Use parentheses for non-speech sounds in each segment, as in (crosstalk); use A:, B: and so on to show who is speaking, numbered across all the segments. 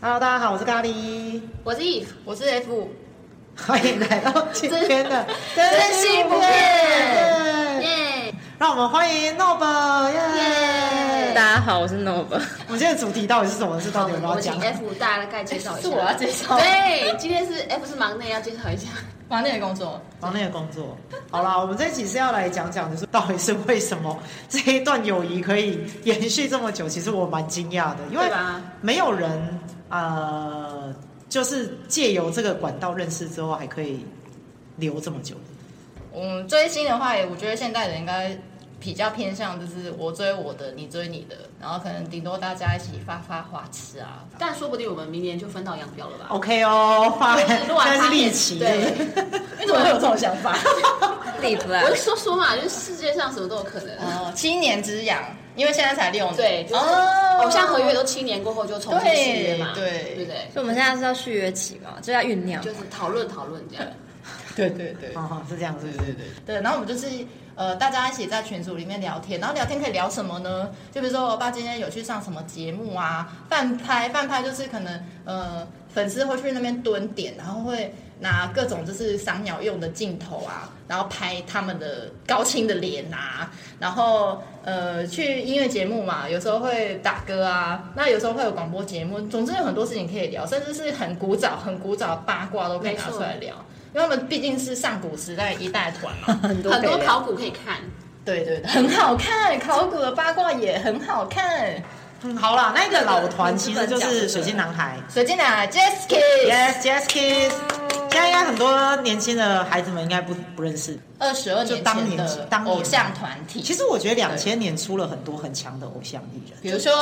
A: Hello，大家好，我是咖
B: (laughs)
A: 喱，
B: 我是 Eve，我是 F，
A: 欢迎来到今天的
B: 真心不骗，
A: 耶
B: 耶！
A: 让我们欢迎 Nob，
B: 耶
A: 耶！
C: 大家好，我是 Nova。
A: 我们今天的主题到底是什么？是到
B: 好，
A: 底有没
B: 我
A: 有
B: 们请
A: 讲？
B: F 大概介绍一下。
C: 是我要介绍
B: 对，今天是 F 是忙内要介绍一下。
C: 忙内的工作，
A: 忙内的工作。好啦，我们这期是要来讲讲，就是到底是为什么这一段友谊可以延续这么久？其实我蛮惊讶的，因为
B: 对吧
A: 没有人呃，就是借由这个管道认识之后，还可以留这么久。
C: 嗯，追星的话，也我觉得现代人应该比较偏向就是我追我的，你追你的，然后可能顶多大家一起发发花痴啊。
B: 但说不定我们明年就分道扬镳了吧？
A: OK 哦，发
B: 就是
A: 现
B: 乱
A: 在
B: 发
A: 是利
B: 恋
A: 奇，
B: 对
A: 对不对，
C: 你怎么会有这种 (laughs) 想法？
D: 立不
C: 啊
B: 我就说说嘛，就是世界上什么都有可能。
C: 哦，七年之痒，因为现在才六年，
B: 对，就是
C: 哦，
B: 偶像合约都七年过后就重新续约嘛，
C: 对对
B: 对不对？
D: 所以我们现在是要续约期嘛，就要酝酿
B: 就。是讨论讨论这样。
C: 对对对。
A: 哦，是这样，是不是？
C: 对，然后我们就是呃，大家一起在群组里面聊天，然后聊天可以聊什么呢？就比如说，我哦爸今天有去上什么节目啊，饭拍，饭拍就是可能呃，粉丝会去那边蹲点，然后会拿各种就是赏鸟用的镜头啊，然后拍他们的高清的脸啊，然后呃，去音乐节目嘛，有时候会打歌啊，那有时候会有广播节目，总之有很多事情可以聊，甚至是很古早、很古早的八卦都可以拿出来聊。因为他们毕竟是上古时代一代团 (laughs) 嘛，
D: 很多
B: 很多
D: 可以聊
B: 考古可以看，
C: 对对对，很好看，考古的八卦也很好看。
A: 嗯，好啦，那个老团其实就是水晶男孩
C: 水晶奶 j e s k i
A: ，Yes Yes Kiss，现在应该很多年轻的孩子们应该不不认识。
C: 二十二年
A: 当
C: 前
A: 年
C: 的
A: 当年
C: 偶像团体，
A: 其实我觉得两千年出了很多很强的偶像艺人，
C: 比如说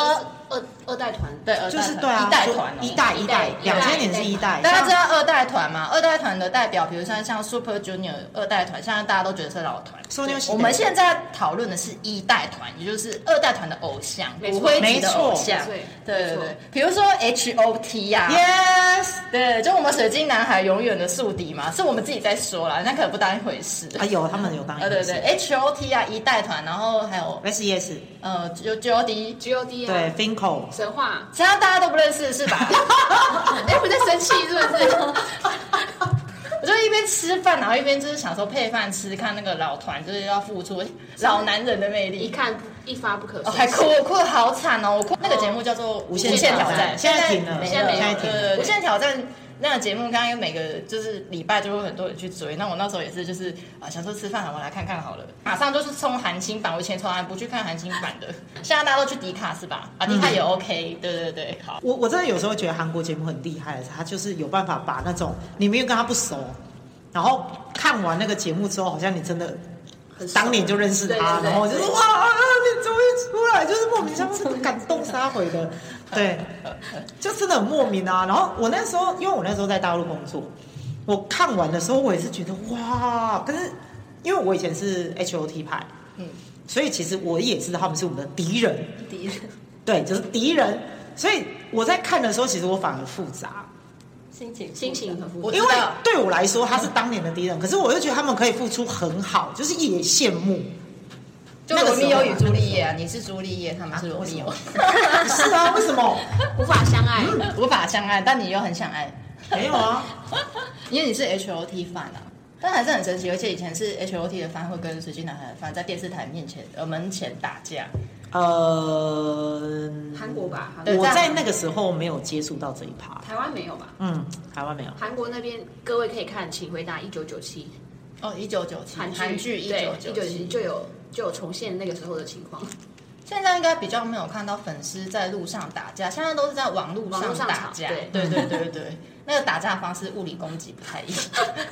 B: 二二代团，
C: 对，二代
A: 就是
C: 团
A: 对啊，
C: 呃一代团哦
A: 一代一代，
B: 一代
A: 两千年是一代，
C: 大家知
A: 像
C: 道二代团吗？二代团的代表，比如像像 Super Junior 二代团，现在大家都觉得是老团。
A: So New
C: 我们现在讨论的是一代团，也就是二代团的偶像，
B: 没错
C: 骨灰级的偶
B: 没
C: 像
B: 错没错。
C: 对
B: 没
C: 对
B: 错
C: 对，比如说 H O T 呀、
A: Yes
C: 对，就我们水晶男孩永远的宿敌嘛，是我们自己在说啦，那可不当一回事。
A: 啊有他们有当
C: 呃，对对，H O T 啊，一代团，然后还有
A: S E S
C: 呃，就 G O D，
B: G O D 啊，
A: 对 Finco
B: 神话，
C: 其他大家都不认识是吧？
B: 哎，我在生气是不是？
C: 我就一边吃饭，然后一边就是想说配饭吃，看那个老团就是要付出老男人的魅
B: 一
C: 力。
B: 看一发不可
C: 哦，
B: 收拾，
C: 还哭，我哭的好惨哦！我哭那个节目叫做《
A: 无限
C: 限
A: 挑战
C: 战》，
A: 现在停了
C: 没
B: 现在没有
C: 了
B: 了
A: 现在
C: 对
A: 停了
C: 对对，《无限挑战》那个节目，刚刚每个就是礼拜就会很多人去追。那我那时候也是，就是啊，想说吃饭好，我来看看好了。马上就是冲韩星版，我以前从来不去看韩星版的， (laughs) 现在大家都去迪卡是吧？啊，迪卡也 OK，、对对对，好。
A: 我我真的有时候觉得韩国节目很厉害的是，他就是有办法把那种你明明跟他不熟，然后看完那个节目之后，好像你真的
B: 很爽
A: 当年就认识他，
B: 对对对
A: 然后我就说
B: 对
A: 哇，啊你终于出来，就是莫名其妙感动杀回
C: (laughs)
A: 的，对，就真的很莫名啊。然后我那时候，因为我那时候在大陆工作，我看完的时候，我也是觉得哇，可是因为我以前是 H O T 派，嗯
C: 嗯，
A: 所以其实我也知道他们是我们的敌人，
D: 敌人
A: 对，就是敌人。所以我在看的时候，其实我反而复杂，
D: 心情
B: 心情很复
C: 我
B: 杂
C: 知
A: 因
C: 道
A: 为对我来说他是当年的敌人，可是我又觉得他们可以付出很好，就是也羡慕。 (laughs)
C: 就罗密欧与朱丽叶啊，你是朱丽叶，他们是罗密欧，
A: 是啊，为什么？
B: 无法相爱。
C: (laughs) 无法相爱，但你又很想爱，
A: (laughs) 没有啊，
C: 因为你是 H O T fan 啊。但还是很神奇，而且以前是 H O T 的fan 会跟水晶男孩的 fan 在电视台面前呃门前打架，
A: 呃，
B: 韩国吧，韩
C: 对
A: 我
B: 国
A: 在
C: 在
A: 那个时候没有接触到这一趴。
B: 台湾没有吧？
A: 嗯，台湾没有。
B: 韩国那边各位可以看《请回答一九九七
C: 哦，一九九》七
B: 韩
C: 韩剧一
B: 对
C: 九
B: 一
C: 九
B: 九
C: 七，
B: 就有就有重现那个时候的情况，
C: 现在应该比较没有看到粉丝在路上打架，现在都是在网络
B: 网络上
C: 打
B: 吵
C: 架，
B: 对
C: 对对对对， (laughs) 那个打架方式物理攻击不太一样，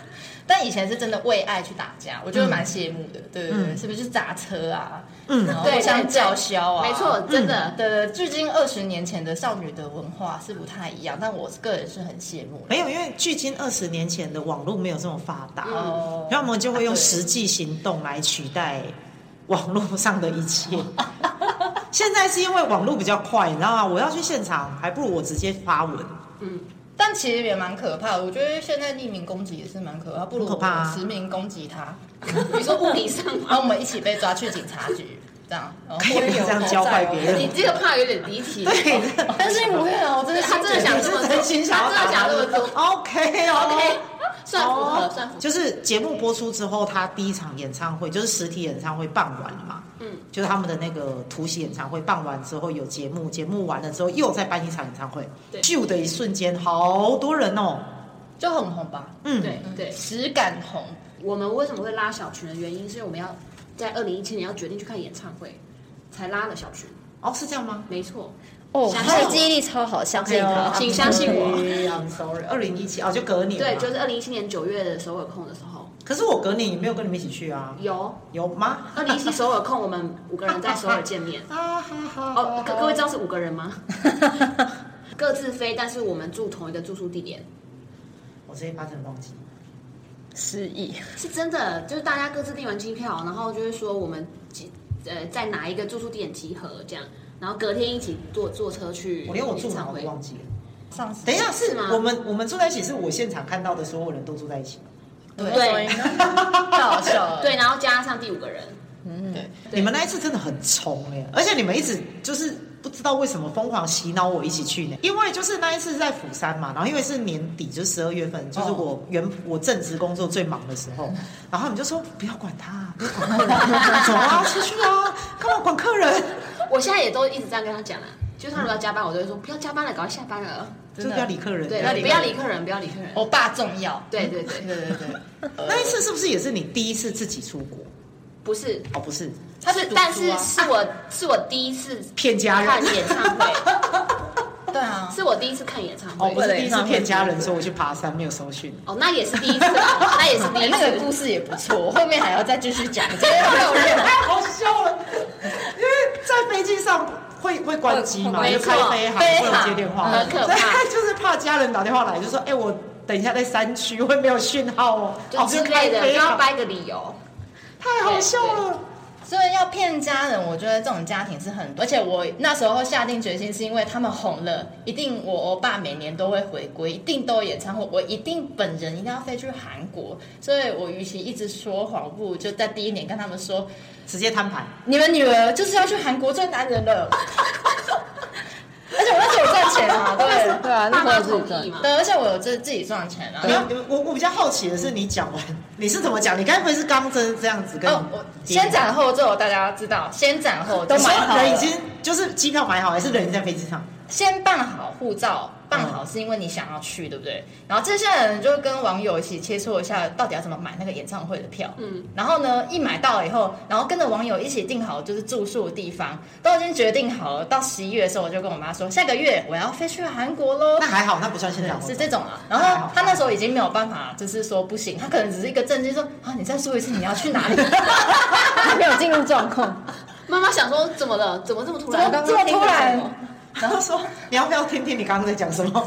C: (laughs) 但以前是真的为爱去打架，我觉得
B: 嗯
C: 蛮羡慕的，对对对，
A: 嗯
C: 是不是砸车啊，
A: 嗯
C: 然后
B: 对
C: 互相
B: 对
C: 叫嚣啊，
B: 没错，真的。
C: 的，距今二十年前的少女的文化是不太一样，但我个人是很羡慕的。
A: 没有，因为距今二十年前的网络没有这么发达，
B: 嗯啊
C: 哦
A: 然后我们就会用
C: 对
A: 实际行动来取代网络上的一
B: (laughs)
A: 切。现在是因为网络比较快，你知道吗？我要去现场，还不如我直接发文。
B: 嗯，
C: 但其实也蛮可怕的。我觉得现在匿名攻击也是蛮可怕，不如
A: 很可怕啊
C: 实名攻击他，
B: 你说物理上
C: 然后
B: 吗？
C: 我们一起被抓去警察局。这样，然后
A: 可以不要这样教坏别
B: 你
A: 人。
B: 这个怕有点离题，
A: 嗯对，
C: (laughs) 但是不会啊，我真的
B: 他真的想
A: 你
B: 这么
A: 是
B: 多
A: 真心想要
B: 他真的想这么多
A: 做 OK 哦
B: OK，算符合，
A: 哦
B: 算符合。
A: 就是节目播出之后，他第一场演唱会就是实体演唱会办完了嘛，
B: 嗯，
A: 就是他们的那个突袭演唱会办完之后有节目，节目完了之后又再办一场演唱会，
B: 对
A: 咻的一瞬间，好多人哦，
C: 就很红吧，
A: 嗯，
B: 对
C: 嗯
B: 对，
C: 实感红，
B: 我们为什么会拉小群的原因，是因为我们要在二零一七年要决定去看演唱会，才拉了小群。
A: 哦，是这样吗？
B: 没错，
D: 哦，
B: 相信
D: 他的
B: 我
D: 记忆力超好，相信
A: OK 哦
D: 他。
B: 请相信我
A: I'm (laughs) sorry，二零一七哦，就隔年嘛，
B: 对，就是二零一七年九月的首尔控的时候，
A: 可是我隔年也没有跟你们一起去啊，
B: 有
A: 有吗？。
B: 二零一七首尔控，我们五个人在首尔见面
A: 啊 (laughs) 哈哈
B: 哦，各各位知道是五个人吗？ (laughs) 各自飞，但是我们住同一个住宿地点，
A: 我直接把真的忘记。
D: 失忆，
B: 是真的，就是大家各自订完机票，然后就是说我们集呃在哪一个住宿地点集合这样，然后隔天一起坐坐车去
A: 我连我住
B: 演
A: 哪
B: 唱
A: 我
B: 会
A: 都。忘记了。
C: 上次
A: 等一下，
B: 是
A: 是
B: 吗
A: 我们我们住在一起，是我现场看到的所有人都住在一起吗。
C: 对
B: 对 (laughs)
C: 太好笑了，嗯
B: 对，然后加上第五个人，
C: 对，
A: 你
B: 对
A: 们那一次真的很冲哎、而且你们一直就是不知道为什么疯狂洗脑我一起去呢？因为就是那一次是在釜山嘛，然后因为是年底，就十二月份，
B: 哦
A: 就是我原、我正职工作最忙的时候，
B: 嗯
A: 然后你就说不要管他， (laughs) 不要管客人，走啊，出去啊，干嘛管客人？
B: 我现在也都一直这样跟他讲啦。啊就是他如果要加班，我都会说不要加班了，赶快下班了。
A: 就嗯不要理客人，
B: 对，
A: 理
B: 不
A: 客
B: 要
A: 人。
B: 理客人，不要理客人。
C: 欧巴重要，
B: 对对对
C: 对，对对，呃
A: 那一次是不是也是你第一次自己出国？
B: 不是，
A: 哦，不是，
C: 他是读书啊
B: 但是是我是我第一次
A: 骗
B: (laughs)
A: 家
B: 看
A: 人。
B: 演唱会，
C: 对啊，
B: 是我第一次看演唱
A: 哦，
B: 会
A: 不。是第一次骗家
B: (laughs)
A: 人，说我去爬山没有搜寻。
B: 哦，那也是第一次
C: (laughs)
B: 啊，那也是第
C: 哎
B: 一
C: 那个故
B: 次。
C: 事也不错，我后面还要再继续讲，今天没有人。
A: 太 (laughs) 好笑了，因为在飞机上会会关机嘛，
B: 会
A: 就
B: 会
A: 开飞航
C: 飞
A: 不能
C: 航
A: 接电话，
B: 很可怕
A: 所以就是怕家人打电话来就说，哎、我等一下在山区会没有讯号哦，
B: 就
A: 哦
B: 之
A: 开
B: 类的，就
A: 飞
B: 要
A: 航，
B: 掰个理由。
A: 太好笑了。
C: 所以要骗家人，我觉得这种家庭是很多，而且我那时候下定决心，是因为他们红了，一定我欧爸每年都会回归，一定都有演唱会，我一定本人一定要飞去韩国，所以我与其一直说谎，我不如就在第一年跟他们说，
A: 直接摊牌，
C: 你们女儿就是要去韩国追男人了。 (laughs) 而且我那时候有赚钱啊，对
D: 对
B: 爸
D: 啊，那
B: 妈
D: 时候
B: 同
D: 是这
B: 意
D: 样。
B: 嘛？
C: 对，而且我有自自己赚钱啊，
A: 你要我我比较好奇的是，你讲完你是怎么讲？你该不会是刚真的这样子跟你
C: 哦，我先斩后奏，大家知道，先斩后奏
A: 你说
C: 买好
A: 人
C: 了
A: 已经就是机票买好，还是人已经在飞机上？
C: 先办好护照，办
D: 嗯
C: 好是因为你想要去，对不对？然后这些人就跟网友一起切磋一下，到底要怎么买那个演唱会的票。
B: 嗯，
C: 然后呢，一买到了以后，然后跟着网友一起订好就是住宿的地方，都已经决定好了。到十一月的时候，我就跟我妈说，下个月我要飞去韩国喽
A: 那。还好，那不算现在
C: 是这种啊，然后他那时候已经没有办法，就是说不行，他可能只是一个震惊，说啊，你再说一次你要去哪里？
D: (laughs) 还没有进入状况，
B: 妈妈想说怎么了？怎么这么突
C: 怎么
B: 然？
C: 这么突然？
A: (laughs) 然后说你要不要听听你刚刚在讲什么？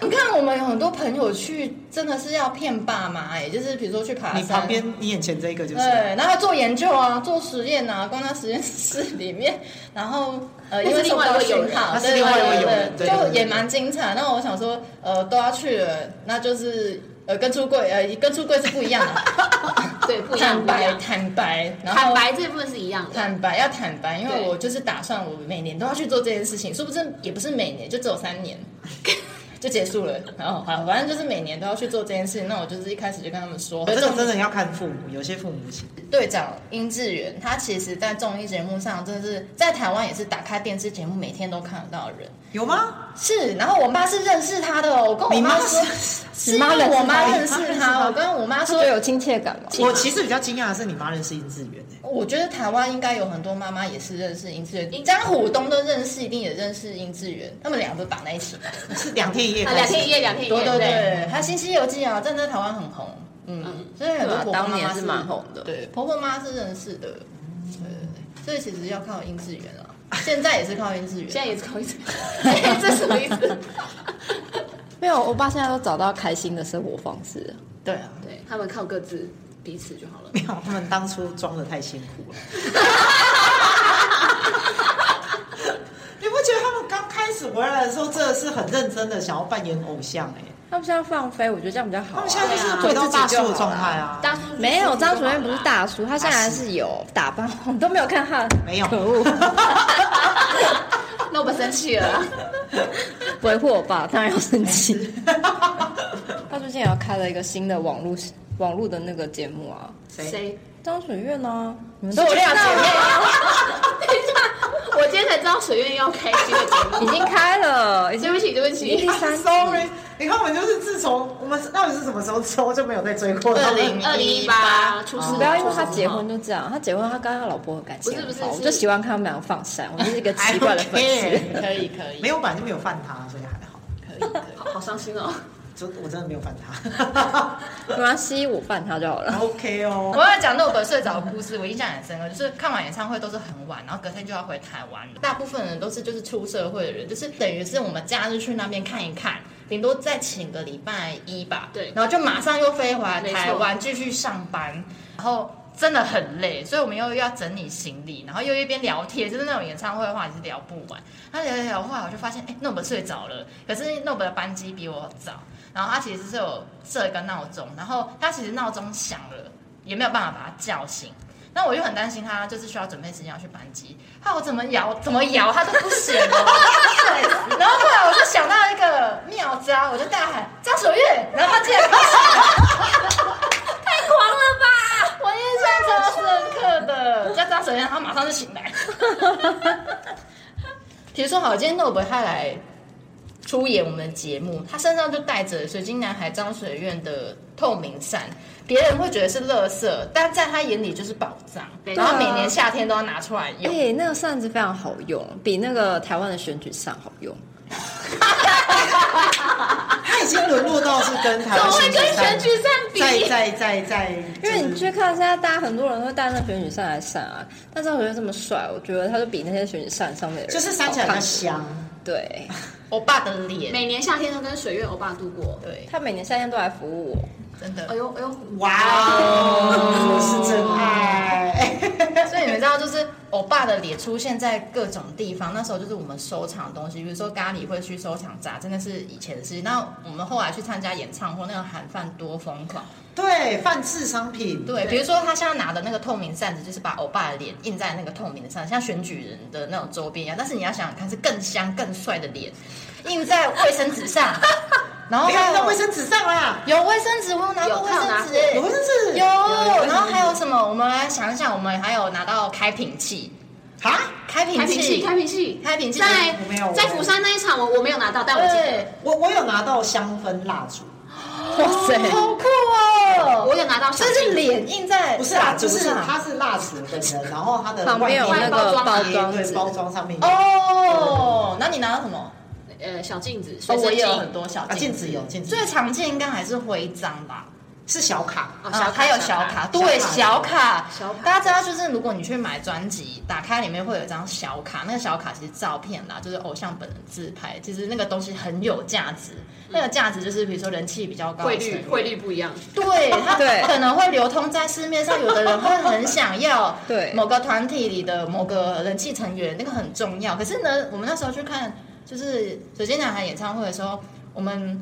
C: 你看我们有很多朋友去，真的是要骗爸妈，哎，就是比如说去爬山，
A: 你旁边你眼前这一个就是，
C: 对，然后做研究啊，做实验啊，关在实验室里面，然后
B: 那
C: 呃，因
B: 是
C: 为
B: 另外一
C: 收不
B: 位
C: 到
B: 友人啊
C: 讯号
A: 那是
C: 对
A: 另外一位
C: 对
A: 友人对
C: 对
A: 对对
C: 就也蛮精彩。那我想说，呃，都要去了，那就是呃，跟出柜，呃，跟出柜是不一样的，
B: 对， (laughs) 不一样，不
C: 坦
B: 一
C: 白，
B: 样。
C: 坦白，然后
B: 坦白这部分是一样的，
C: 坦白要坦白，因为
B: 对
C: 我就是打算我每年都要去做这件事情，殊不知也不是每年，就只有三 (laughs) 年就结束了。然后好，反正就是每年都要去做这件事。那我就是一开始就跟他们说，
A: 我这哦种真的要看父母，有些父母不行。
C: 队长殷志源，他其实在综艺节目上，真的是在台湾也是打开电视节目，每天都看得到的人。
A: 有吗？
C: 是，然后我妈是认识他的哦，我跟我
A: 你妈
C: 说，是因为我妈认识
A: 你妈认识
C: 他，
A: 他
C: 我跟我妈
D: 就
C: 说。
D: 有亲切感嘛。
A: 我其实比较惊讶的是，你妈认识殷志欸源诶、
C: 我觉得台湾应该有很多妈妈也是认识殷志源，
B: 殷
C: 张虎东都认识，一定也认识殷志源，他们两个都绑在一起。
A: 是两天一夜
B: 啊，
A: 开始，
B: 两天一夜，两天一
C: 对
B: 夜，
C: 对对，还有《新西游记》啊，站在台湾很红，嗯
B: 嗯，
C: 所以很多
D: 对啊
C: 婆婆妈
D: 当
C: 妈
D: 年是蛮红的
C: 对，婆婆妈是认识的，对对对，所以其实要靠殷志源啊，现在也是靠殷志源，
B: 现在也是高一次，哎这什么意思？
D: 没有，我爸现在都找到开心的生活方式了。
C: 对啊，
B: 对他们靠各自彼此就好了。
A: 没有，他们当初装的太辛苦了。你不觉得他们刚开始回来的时候，真的是很认真的想要扮演偶像诶、欸
D: 他们现在放飞，我觉得这样比较好、
A: 他
D: 啊
A: 们。现在就是
B: 对啊
A: 回到大叔
D: 做自己就好
A: 的
D: 啦
A: 状态啊，
B: 大叔
D: 没有，张主任不是
B: 大，
D: 大叔，他现在是有打扮，我 (laughs) 们都没有看他，
A: 没
D: (laughs)
A: 有
D: 可恶，
B: (laughs) 那我们生气了。
D: 维护我爸，当然要生气。他最近也要开了一个新的网络网络的那个节目啊，
A: 谁？
B: 谁？
D: 张水月呢？你们
C: 是
D: 都
C: 我俩姐妹啊，
B: (laughs) 我今天才知道水月要开新的节
D: 已
B: 目。
D: 经开了，已
B: 对
D: 经
B: 不起，对不
D: 已经
B: 起
D: 第。
A: (laughs)
D: 三季
A: Sorry，你看我们就是自从我们是到底是什么时候之后就没有再追过他
C: 二
A: 们。
C: 零
B: 二零一八出事，
D: 哦不要因为他结婚就这样，他结婚他跟他老婆感情很好，
B: 不是不是
D: 我就喜欢看他们俩放闪，我就是一个奇怪的粉
A: I don't
D: 丝
A: care。
D: (laughs)
C: 可以可以，
A: 没有版就没有犯他，所以还好。
C: 可以可以。
B: 好好伤心哦。
A: 就我真的没有犯他
D: 没关系，我办他就好了。
A: ，OK
C: 我
A: 哦。
C: 要讲六个睡着的故事，我印象很深刻，就是看完演唱会都是很晚，然后隔天就要回台湾了。大部分人都是就是出社会的人，就是等于是我们假日去那边看一看，顶多再请个礼拜一吧。
B: 对
C: 然后就马上又飞回来
B: 没错
C: 台湾继续上班，然后。真的很累，所以我们又要整理行李，然后又一边聊天，就是那种演唱会的话也是聊不完。他聊聊聊，后来我就发现，哎、诺本睡着了，可是诺本的班机比我早，然后他其实是有设一个闹钟，然后他其实闹钟响了，也没有办法把他叫醒。那我就很担心他，就是需要准备时间要去班机，他我怎么摇怎么摇他都不醒哦，对然后后来我就想到一个妙招，我就大喊张守月，然后他竟然不醒， (laughs) 太狂了吧！我印象超深刻的，叫张守月，他马上就醒来。比如说，好，今天诺伯他来出演我们的节目，他身上就带着水晶男孩张水院的透明伞，别人会觉得是垃圾，但在他眼里就是宝藏，
B: 对
C: 然后每年夏天都要拿出来
D: 哎、
C: 用。
D: 那个扇子非常好用，比那个台湾的选举扇好用。
A: 他已经沦落到是跟台
B: 怎
A: 湾
B: 么
A: 选
B: 会
A: 举
B: 跟选
A: 站
B: 举站比？
A: 在在在在，
D: 因为你
A: 就是
D: 去看现在，大家很多人会带那选举扇来扇啊，但是我觉得这么帅，我觉得他就比那些选举扇上面的人
A: 就是扇起来
D: 好
A: 比
D: 看
A: 较香。
D: 对，
C: 欧巴的脸，
B: 每年夏天都跟水月欧巴度过。
C: 对，
D: 他每年夏天都来服务我。
C: (laughs) 真的
B: 哎。呦哎呦，
A: 哇哦，是真爱。
C: 所以你们知道，就是欧巴的脸出现在各种地方。那时候就是我们收藏的东西，比如说咖喱会去收藏炸，真的是以前的事情。那我们后来去参加演唱会，那个韩范多疯狂。
A: 对，泛制商品。
C: 对，比如说他现在拿的那个透明扇子，就是把欧巴的脸印在那个透明的上，像选举人的那种周边一样。但是你要想想看，是更香、更帅的脸印在卫生纸上，然后
A: 你看
C: 还
A: 在
C: 有
A: 卫生纸上啦，
C: 有卫生纸，我有拿过
B: 有
C: 卫
B: 他有拿
C: 生纸
B: 过
C: 欸，
A: 有卫生纸
C: 有，
A: 卫生纸
C: 然后还有什么？我们来想一想，我们还有拿到开瓶器，
A: 啊，
C: 开瓶
B: 开瓶器，
C: 器，
B: 开瓶器，
C: 开瓶器
B: 在
A: 我没有
B: 在釜山那一场我我没有拿到，但我记
C: 对
B: 得，
A: 我我有拿到香氛蜡烛，
D: 哇塞，
C: 好酷哦！
B: 我有拿到小
C: 这
B: 金。
C: 是脸印在
A: 不是
C: 蜡
A: 啊，
C: 烛
A: 就是
C: 上
A: 它是蜡烛本身，然后它的
D: 旁边有那
B: 外包
D: 个包装
B: 装
A: 对
D: 纸，
A: 包装上面有
C: 哦。那你拿到什么？
B: 呃小镜子，
C: 哦
B: 水，
C: 我
B: 生
C: 也有
B: 镜
C: 很。多小
A: 啊，镜
C: 镜
A: 子有镜子
C: 嗯最，常见应该还是徽章吧，
A: 是小卡，
B: 哦
C: 啊
B: 小
C: 还有小卡，对，小卡，
B: 小卡
C: 大家知道就是如果你去买专辑，打开里面会有一张小卡，那个小卡其实照片啦，就是偶像本人自拍，其实那个东西很有价值，那个价值就是比如说人气比较高的
B: 汇
C: 成
B: 率
C: 员，
B: 汇率不一样，
C: 对，它
D: 对
C: 可能会流通在市面上，有的人会很想要
D: 对
C: 某个团体里的某个人气成员，那个很重要。可是呢，我们那时候去看就是水晶男孩演唱会的时候，我们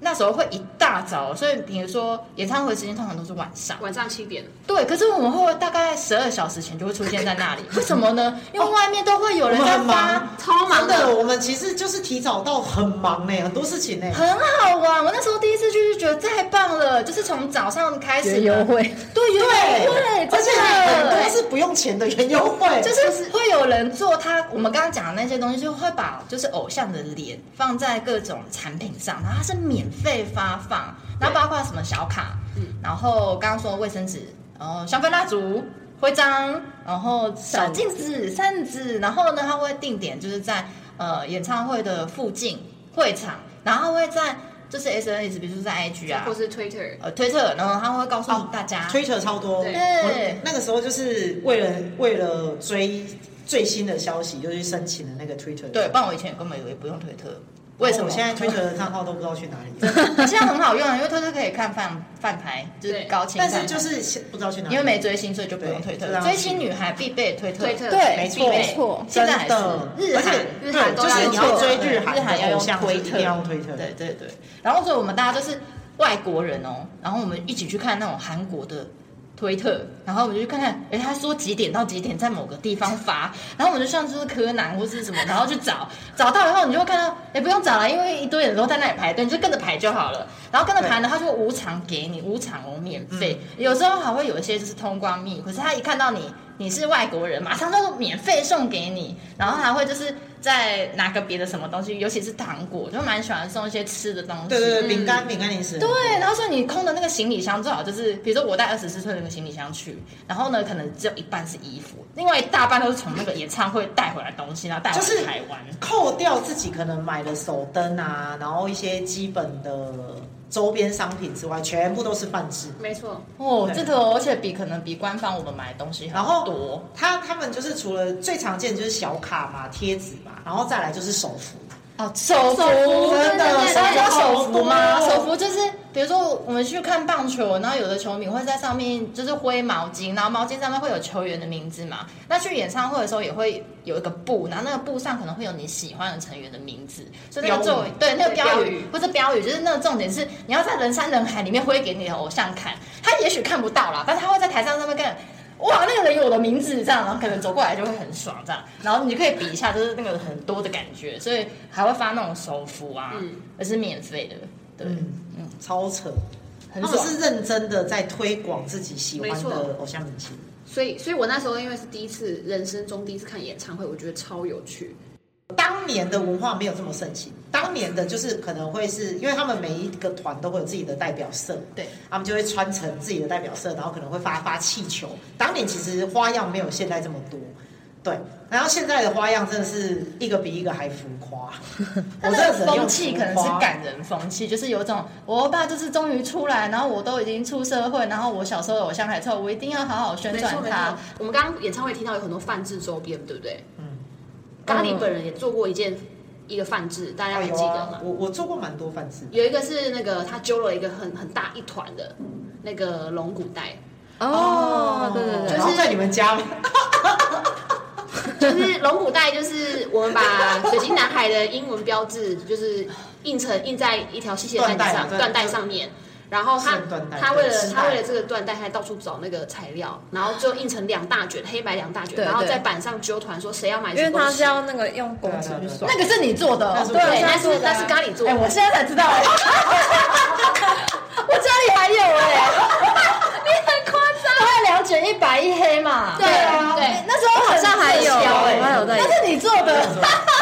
C: 那时候会一大早，所以比如说演唱会时间通常都是晚上，
B: 晚上七点，
C: 对。可是我们会大概十二小时前就会出现在那里，为什么呢？因为外面都会有
A: (laughs)
C: 人
A: 我
C: 在
A: 们很
C: 发
A: 忙。
B: 超忙
A: 真的，我们其实就是提早到，很忙呢，很多事情呢。
C: 很好玩，我那时候第一次去就觉得太棒了，就是从早上开始
D: 有
C: (laughs)
D: 优惠，
C: 对有优惠，
A: 而且
C: 真的
A: 很多是不用钱的原优惠，
C: 就是会有人做他，我们刚刚讲的那些东西，就会把就是偶像的脸放在各种产品上，然后它是免费发放，然后包括什么小卡，
A: 嗯
C: 然后刚刚说卫生纸，然后香氛蜡烛。徽章，然后小
D: 扇子
C: 镜子、扇子，然后呢，他会定点就是在呃演唱会的附近会场，然后它会在就是 SNS，比如说在 IG 啊
B: 或，是 Twitter，
C: 呃推特，然后他会告诉
A: 哦
C: 大家，
A: 推特超多。
B: 对
A: 我那个时候就是为了为了追最新的消息，就去申请了那个 Twitter。
C: 对，不然我以前根本以为不用推特，为什
A: 我
C: 么？
A: 现在推特
C: (laughs)
A: 的账号都不知道去哪里了，
C: 可是这样很好用啊，因为推特可以看饭饭牌，就是
B: 对
C: 高清
A: (laughs) 但
C: 饭
A: 是
C: 牌。
A: 就是现不知道去哪里，
C: 因为没追星，所以就不用
A: 对
C: 推
A: 知
C: 特。
A: 道
C: 追星女孩必备推特，
B: 推特
D: 对，
A: 没
D: 没
A: 错
D: 错，
C: 现
A: 真
C: 在还是
A: 的，
C: 日
A: 而
C: 韩
A: 且
B: 日
A: 对
B: 韩都
A: 就
B: 要
A: 是
B: 用
A: 你要追
C: 推特
A: 日
C: 日韩
A: 韩
C: 要
A: 的
C: 用
A: 偶像
C: 推
A: 是一
C: 特
A: 定要用推特，
C: 对对对，然后所以我们大家就是外国人哦，然后我们一起去看那种韩国的推特，然后我们就去看看，哎，他说几点到几点在某个地方发，然后我们就像就是柯南或是什么，然后去找，找到以后你就会看到，哎，不用找了，因为一堆人都在那里排队，你就跟着排就好了。然后跟着排呢，他就会无偿给你，无偿哦，免
A: 嗯
C: 费。有时候还会有一些就是通关密，可是他一看到你你是外国人，马上就免费送给你，然后还会就是再拿个别的什么东西，尤其是糖果，就蛮喜欢送一些吃的东西。
A: 对对对，
B: 嗯
A: 饼干饼干零食，
C: 对，然后说你空的那个行李箱最好就是，比如说我带二十四寸的那个行李箱去，然后呢，可能只有一半是衣服，另外一大半都是从那个演唱会带回来的东西，然后带回
A: 就是
C: 来台湾。
A: 扣掉自己可能买的手灯啊，然后一些基本的周边商品之外，全部都是饭吃。
B: 没错，
C: 哦，
A: 对
C: 这个而且比可能比官方我们买的东西还
A: 然后
C: 多。
A: 他他们就是除了最常见就是小卡嘛、贴纸嘛，然后再来就是手幅，
C: 哦，手
B: 手幅
C: 真的，
B: 对对对
C: 大家知道手幅吗？
A: 好多哦
C: 手幅就是，比如说我们去看棒球，然后有的球迷会在上面就是挥毛巾，然后毛巾上面会有球员的名字嘛。那去演唱会的时候也会有一个布，然后那个布上可能会有你喜欢的成员的名字，所以那个
A: 标
C: 咒
A: 语
C: 对那个
B: 对
C: 标
B: 标
C: 语
B: 语
C: 或者标语，就是那个重点是你要在人山人海里面挥给你的偶像看，他也许看不到啦，但是他会在台上上面跟。哇，那个人有我的名字，这样，然后可能走过来就会很爽，这样，然后你就可以比一下，就是那个很多的感觉，所以还会发那种手幅啊，
B: 嗯
C: 而是免费的，对，
A: 嗯
C: 嗯
A: 嗯，超扯，
C: 很
A: 他们
C: 爽。
A: 是认真的在推广自己喜
B: 没
A: 欢
B: 错
A: 的偶像明星。
B: 所以所以我那时候因为是第一次人生中第一次看演唱会，我觉得超有趣。
A: 当年的文化没有这么盛行，当年的就是可能会是因为他们每一个团都会有自己的代表色，
C: 对，
A: 他们就会穿成自己的代表色，然后可能会发发气球。当年其实花样没有现在这么多，对。然后现在的花样真的是一个比一个还浮
C: (laughs)
A: 夸，我
C: 但
A: 真
C: 那
A: 的
C: 个
A: 只能
C: 风
A: 用
C: 气
A: 浮
C: 可能
A: 夸
C: 是感人风气，就是有一种我欧巴就是终于出来，然后我都已经出社会，然后我小时候的偶像还臭，我一定要好好宣
B: 没
C: 传
B: 错没
C: 他
B: 错。，我们刚刚演唱会提到有很多泛制周边，对不对？
A: 嗯，
B: 咖喱本人也做过一件一个泛制，大家
A: 哦
B: 还
A: 有
B: 记得
A: 啊
B: 吗，？
A: 我我做过蛮多饭吃，
B: 有一个是那个他揪了一个很很大一团的那个龙骨带，
D: 哦，对对
B: 就是
A: 然
D: 对，
A: 后在你们家吗，
B: 就是龙骨带，就是我们把水晶男孩的英文标志，就是印成印在一条细细的带子上，
A: 缎带
B: 缎带上面。然后他
A: 是缎带
B: 他为了
A: 对丝带
B: 他为了这个缎带，还到处找那个材料，然后就印成两大卷，黑白两大卷，
D: 对
B: 然后
D: 对
B: 在板上揪团，说谁要买
D: 因
B: 什
D: 为
B: 么东
D: 他
B: 西。
D: 是要那个用公尺去算
C: 那。个是你做的哦、
A: 那是
C: 对
A: 我
B: 对，
A: 做
B: 那
A: 的
B: 是那是咖喱做
C: 哎、
B: 的，
C: 我现在才知道、哎， (laughs) 我家里还有哎、 (laughs) 你很夸张，我还两卷一白一黑嘛，
B: 对
A: 啊
B: 对，
C: 那时候
D: 好像还有，
C: 很热销哎
D: 我还有在
C: 那是你做 (laughs) 的，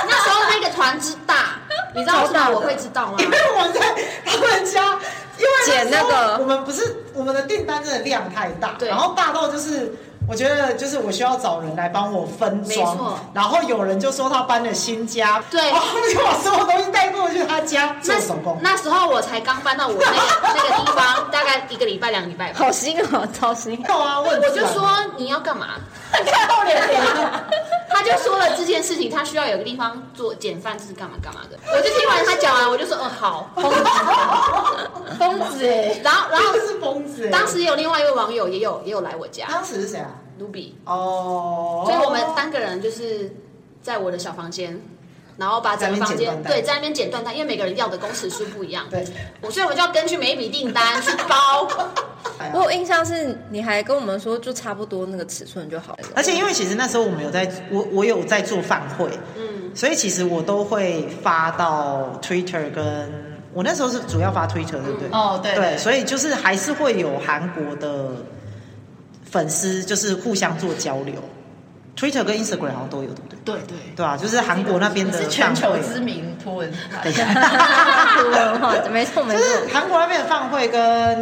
B: 那时候那个团之大，你知道为什么我会知道吗？
A: 因为 (laughs) 我在他们家，因为时候
D: 剪那个
A: 我们不是我们的订单真的量太大，
B: 对
A: 然后大到就是。我觉得就是我需要找人来帮我分
B: 没
A: 装
B: 错，
A: 然后有人就说他搬了新家，哦
B: 对
A: 然后他们就把所有东西带过去他家做手工，
B: 那时候我才刚搬到我那个那个地方，大概一个礼拜两个礼拜吧。
D: 好新哦，超新！
A: 够啊，我很
B: 我就
A: 自 (laughs) 然
B: 说你要干嘛？
C: 看到脸
B: (laughs)
C: 了。
B: 他就说了这件事情，他需要有个地方做简饭，就是干嘛干嘛的。我就听完他讲完，我就说嗯好。
C: 疯子哎！
B: 然后然后
A: 这个是疯子欸，
B: 当时有另外一位网友也有也有来我家，
A: 当时是谁啊？
B: 卢比，
A: 哦，
B: 所以我们三个人就是在我的小房间。然后把整个房
A: 在那边剪缎
B: 间
A: 带
B: 对在那边剪断它，因为每个人要的公尺数不一样，
A: 对，
B: 我所以我就要根据每一笔订单去
A: (laughs)
B: 包。
A: 哎呀
D: 我有印象是你还跟我们说，就差不多那个尺寸就好了。
A: 而且因为其实那时候我们有在，我我有在做饭会，
B: 嗯，
A: 所以其实我都会发到 Twitter 跟我那时候是主要发 Twitter，对不对？
C: 哦，对
A: 对，
C: 以
A: 所以就是还是会有韩国的粉丝就是互相做交流，Twitter 跟 Instagram 好像都有，对不对？
C: 对对，
A: 对啊，就是韩国那边的
C: 是全球
A: 饭会
C: 知名图文牌
A: 等一下
D: 文化， (laughs) 没错没
A: 就
D: 错，
A: 是韩国那边的饭会跟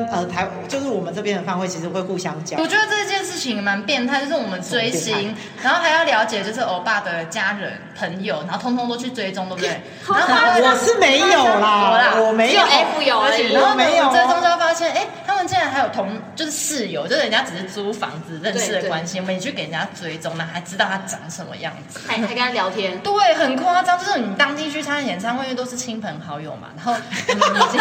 A: 呃台，就是我们这边的饭会其实会互相交
C: (laughs) 我。觉得这件事情蛮变态，就是我们追星，然后还要了解就是欧巴的家人，朋友，然后通通都去追踪，对不对？
B: 好
C: 然后
B: 烦
C: 他
B: 哦
C: 们
A: 我是没有
B: 我
A: 啦，
B: 啦，
A: 我没有
B: 只。F 有而已
A: 我。
C: 然后
A: 没有啊
C: 追踪就会发现，哎、他们竟然还有同就是室友，就是人家只是租房子认识
B: 对
C: 的
B: 对
C: 关系，我们也去给人家追踪，然后还知道他长什么样子。
B: 还还跟他聊天，
C: 对，很夸张，就是你当地去参加演唱会，因为都是亲朋好友嘛，然 (laughs) 后我们已经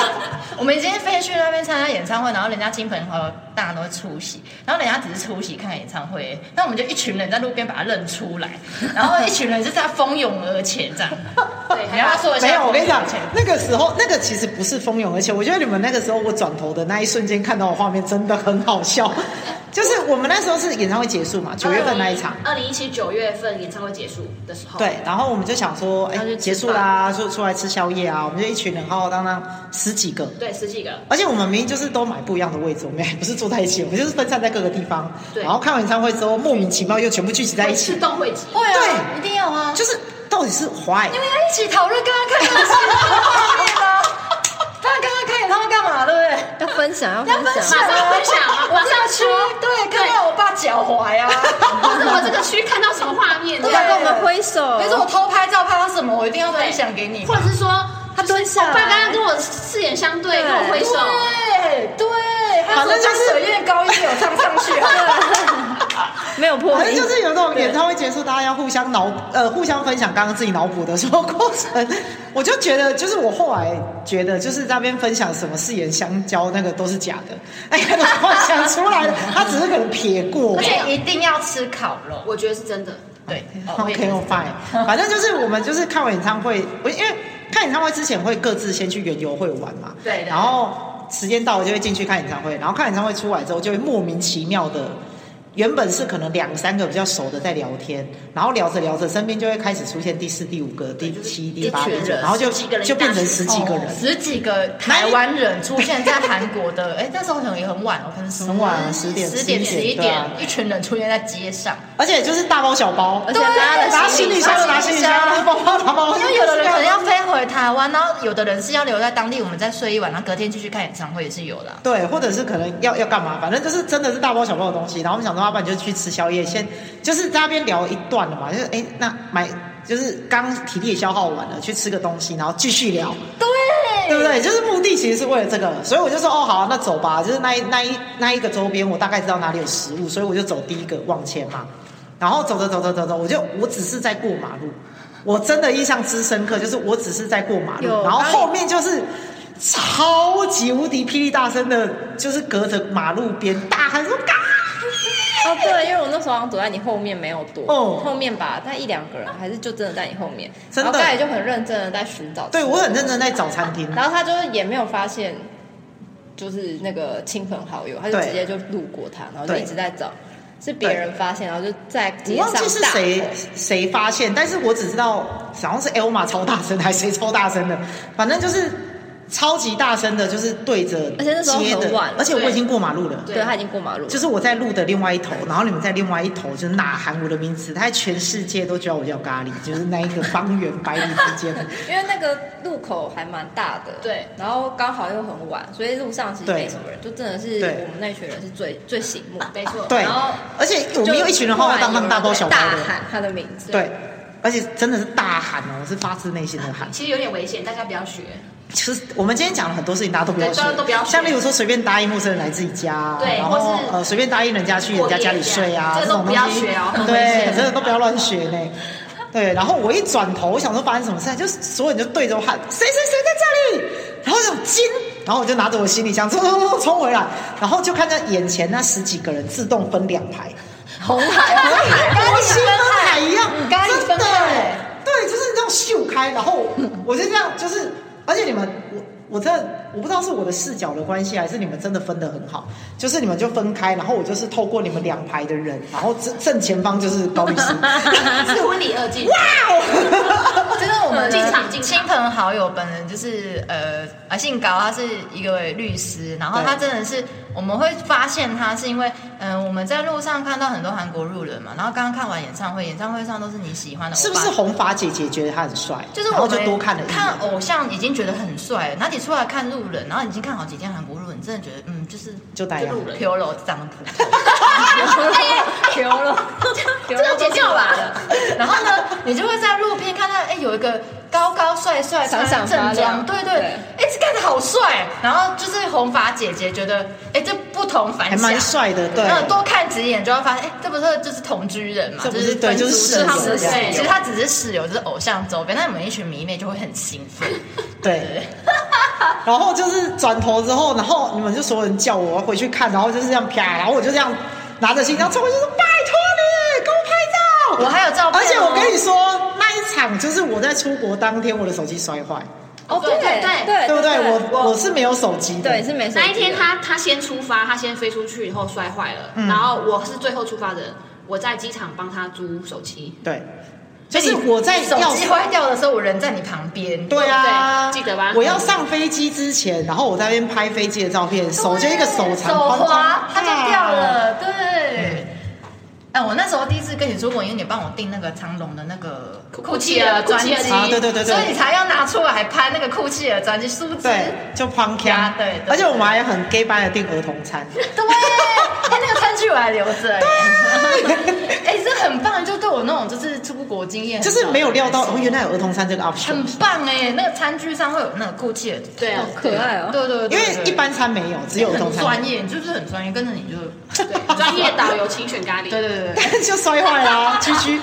C: 我们已经飞去那边参加演唱会，然后人家亲朋好友大家都会出席，然后人家只是出席看演唱会，那我们就一群人在路边把他认出来，然后一群人就在蜂拥而前 (laughs) 这样。
B: 对，
C: 你
B: 还
C: 要不要
B: 要
C: 说一下？
A: 没有，我跟你讲
C: 蜂拥而
A: 那
C: 前，
A: 个时候那个其实不是蜂拥，而且我觉得你们那个时候我转头的那一瞬间看到的画面真的很好笑， (laughs) 就是我们那时候是演唱会结束嘛，九月份那一场，
B: 二零一七九月份演唱会结束的时候，
A: 对，然后我们就想说，哎
C: 那就，吃
A: 结束啦，就出来吃宵夜啊，我们就一群人浩浩荡荡十几个，
B: 对，十几个，
A: 而且我们明明就是都买不一样的位置，我们 (laughs) 也不是坐在一起，我们就是分散在各个地方，
B: 对
A: 然后看完演唱会之后莫名其妙又全部聚集在一起
B: 自，动会集，
C: 会啊，
A: 对
C: 一定要啊，
A: 就是到底是 why？
C: 因为要一起讨论刚刚看演唱会的画面啊，他刚刚看演唱会干嘛？对不对？
D: 要分享，要分享，
B: 马上分享，马上说，
C: 对，看到我爸脚踝啊，
B: 或者我这个区看到什么画面，
D: 要
B: 对，
D: 跟我们挥手。
C: 没准我偷拍照拍到什么，我一定要分享给你。
B: 或者是说
D: 他蹲下
B: 我
D: 来
B: 爸刚刚跟我四眼相对，
D: 对
B: 跟我挥手，
C: 对对，反正就是水月高音有唱上 (laughs) 去，
D: 没有破
A: 反正
D: 音
A: 就，是有那种演唱会结束，大家要互相脑呃互相分享刚刚自己脑补的什么过程。 (laughs) 我就觉得，就是我后来觉得，就是在那边分享什么誓言相交那个都是假的，哎，都是幻想出来的，他只是可能撇过
C: 而。且一定要吃烤肉。
B: 我觉得是真的，
C: 对哦
A: OK，我 fine。反正就是我们就是看完演唱会，我因为看演唱会之前会各自先去园游会玩嘛，
C: 对对
A: 然后时间到了就会进去看演唱会，然后看演唱会出来之后就会莫名其妙的，原本是可能两三个比较熟的在聊天，然后聊着聊着身边就会开始出现第四、第五个、第七、第八
C: 一群人哦
A: 然后就
B: 十几个人
A: 就变成十几个人。
C: 十几个台湾人出现在韩国的，哎，那时候可能也很晚哦，可能
A: 很晚啊10点
C: 十点、
A: 11
C: 十一
A: 对啊
C: 点，一群人出现在街上。
A: 而且就是大包小包，
D: 而且大家的
A: 拿
D: 行
A: 行
D: 李
A: 李箱的拿行李箱，拿包包拿包包，
C: 因为有的人可能要飞回台湾，然后有的人是要留在当地，我们再睡一晚，然后隔天继续看演唱会也是有的啊。
A: 对，或者是可能要要干嘛，反正就是真的是大包小包的东西。然后我们想说，要啊不然就去吃宵夜，先就是在那边聊一段了嘛，就是哎，那买就是刚体力也消耗完了，去吃个东西，然后继续聊，
C: 对
A: 对不对？就是目的其实是为了这个，所以我就说哦好啊、那走吧。就是那一那一那一个周边，我大概知道哪里有食物，所以我就走第一个往前嘛。然后走着走着走着，我就我只是在过马路，我真的印象之深刻，就是我只是在过马路，
D: 有
A: 然后
D: 当
A: 后面就是超级无敌霹雳大声的，就是隔着马路边大喊说嘎。
D: 哦，对，因为我那时候好像躲在你后面没有躲，
A: 哦
D: 后面吧，但一两个人还是就真的在你后面，
A: 真的
D: 然后盖也就很认真的在寻找，
A: 对我很认真在找餐厅，
D: 然后他就是也没有发现，就是那个亲朋好友，他就
A: 对
D: 直接就路过他，然后就
A: 对
D: 一直在找，是别人发现，然后就在
A: 我
D: 街上
A: 忘记是
D: 大吼
A: 谁谁发现，但是我只知道好像是 L 玛超大声，还是谁超大声的，反正就是超级大声的，就是对着街的，
D: 而且那时候很晚
A: 而且我
B: 对
A: 已经过马路了。
D: 对他已经过马路了，
A: 就是我在路的另外一头，然后你们在另外一头，就是呐喊我的名字，他在全世界都知道我叫咖喱，就是那一个方圆百里之间。
D: (laughs) 因为那个路口还蛮大的，
B: 对，
D: 然后刚好又很晚，所以路上其实
A: 对
D: 没什么人，就真的是
A: 对
D: 我们那群人是最最醒目，
B: 没错，
A: 对
D: 然后，
A: 而且我们有一群人浩浩荡荡、大包小包
D: 大
A: 的，
D: 喊他的名字，
A: 对，而且真的是大喊哦，是发自内心的喊。
B: 其实有点危险，大家不要 (laughs) 学，
A: 其实我们今天讲了很多事情，大家都不要
B: 对
A: 学
B: 大家，都不要学
A: 像例如说随便答应陌生人来自己家，
B: 对
A: 然
B: 或
A: 后
B: 是
A: 呃随便答应人家去人家家里睡啊，
B: 这
A: 这
B: 个都
A: 种
B: 不
A: 东
B: 要
A: 西
B: 学哦很危
A: 对，
B: 哦险
A: 真的都不要乱学呢。对，然后我一转头，我想说发生什么事，就是所有人就对着我喊谁谁谁在这里，然后我想惊，然后我就拿着我行李箱冲冲冲冲冲回来，然后就看到眼前那十几个人自动分两排，
C: 红海，
A: 我心跟海一样，
C: 咖喱
A: 真
C: 分
A: 的
C: 海，
A: 对，就是这样秀开，然后我就这样，就是，而且你们，我我真的我不知道是我的视角的关系，还是你们真的分得很好，就是你们就分开，然后我就是透过你们两排的人，然后正正前方就是高律师，
B: 是婚礼二进，
D: 哦
C: 就是我们
B: 进场进场
C: 亲朋好友本人就是呃啊姓高，他是一个律师，然后他真的是我们会发现他是因为嗯、呃我们在路上看到很多韩国路人嘛，然后刚刚看完演唱会，演唱会上都是你喜欢的，
A: 是不是？红发姐姐觉得他很帅，
C: 就是
A: 然
C: 我
A: 后
C: 们
A: 就多看了一眼
C: 看偶像已经觉得很帅了，然后你出来看路人，然后已经看好几天韩国路人，你真的觉得嗯就是
A: 就那样
B: 就。路人
C: p u r o 长得普通。
D: 丢了，丢
B: 哎 (laughs) 这要
D: 了
B: 剪掉吧？
C: (laughs) 然后呢，你就会在路边看到，哎、有一个高高帅帅、
D: 闪闪发
C: 穿正装，
D: 亮
C: 对对，
D: 对
C: 哎、这看着好帅。然后就是红发姐姐觉得，哎、这不同凡
A: 还
C: 响
A: 蛮。帅的，对。
C: 那多看几眼就会发现，哎、这不是就是同居人嘛？
A: 这不
C: 就是
A: 对
C: 分
A: 就是
C: 租
A: 室
C: 他们
B: 友
C: 的
B: 这样
C: 其实他只是室友，就是偶像周边。那你们一群迷妹就会很兴奋，
A: 对。然后就是转头之后，然后你们就所有人叫我回去看，然后就是这样啪，然后我就这样拿着行李箱冲过去说：“拜托你，给我拍照！”
C: 我还有照片、哦，
A: 而且我跟你说，那一场就是我在出国当天，我的手机摔坏，
D: 哦，对
B: 对对
C: 哎
D: 对
A: 对不对？我
D: 我
A: 我是没有手机的，
D: 对是没手机的
B: 那一天他他先出发，他先飞出去，以后摔坏了，然后我是最后出发的人，我在机场帮他租手 (laughs) 机。
A: 对， (laughs) 就是我在
C: 手
A: 要
C: 机坏掉的时候，我人在你旁边。
A: 对啊，
B: 对记得吧
A: 我要上飞机之前，然后我在那边拍飞机的照片，手就一个手残，
C: 手滑
A: 哐，
C: 它就掉。
A: 啊
C: 了。对。哎，我那时候第一次跟你出国，因为你帮我订那个长隆的那个
B: 库奇尔
C: 专辑
B: 库奇，尔
A: 啊对对对对
C: 所以你才要拿出来拍那个库奇尔专辑，殊不知，
A: 对，就胖
C: 呀
A: 卡，
C: 对对对
A: 而且我们还很 gay 般的订儿童餐，
C: 对，哎，那个餐具我还留着，哎， (laughs) 哎，这很棒，就对我那种就是出国经验，
A: 就是没有料到哦，原来有儿童餐这个
C: 很
A: option，
C: 棒哎，那个餐具上会有那个库奇尔，
B: 对啊
D: 好可爱哦。
C: 对对，
A: 因
C: 对
A: 为一。般餐没有，只有
C: 对
A: 儿童
C: 很
A: 餐 (laughs)
C: 专，业，你就是很专业，跟着你就 (laughs)
B: 专业导游请选 (laughs) 咖喱。
C: 对对对对。
A: 就摔坏啦，居居。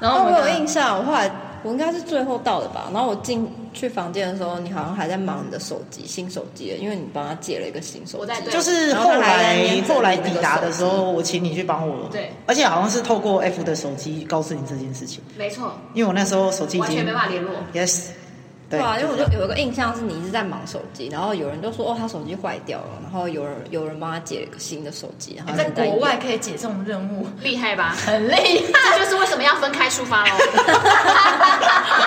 C: 然后我
D: 哦，我
C: 们
D: 有印象，我后来我应该是最后到的吧。然后我进去房间的时候，你好像还在忙你的手机，新手机了，因为你帮他借了一个新手
B: 我
D: 机
B: 在。对
A: 就是后来后来抵达的时候，我请你去帮我，
B: 对，
A: 而且好像是透过 F 的手机告诉你这件事情，
B: 没错，
A: 因为我那时候手机已
B: 完全
A: 经
B: 没办法联络。
A: yes，对
D: 对啊，因为我就有一个印象是你一直在忙手机，然后有人就说哦他手机坏掉了，然后有人有人帮他借了一个新的手机，然后
C: 哎在
D: 啊你
C: 国
D: 用
C: 外可以解这种任务，
B: 厉害吧？
C: 很
D: (laughs)
C: 厉
B: (laughs)
C: 害。
B: 这就是为什么要分开出发哦喽。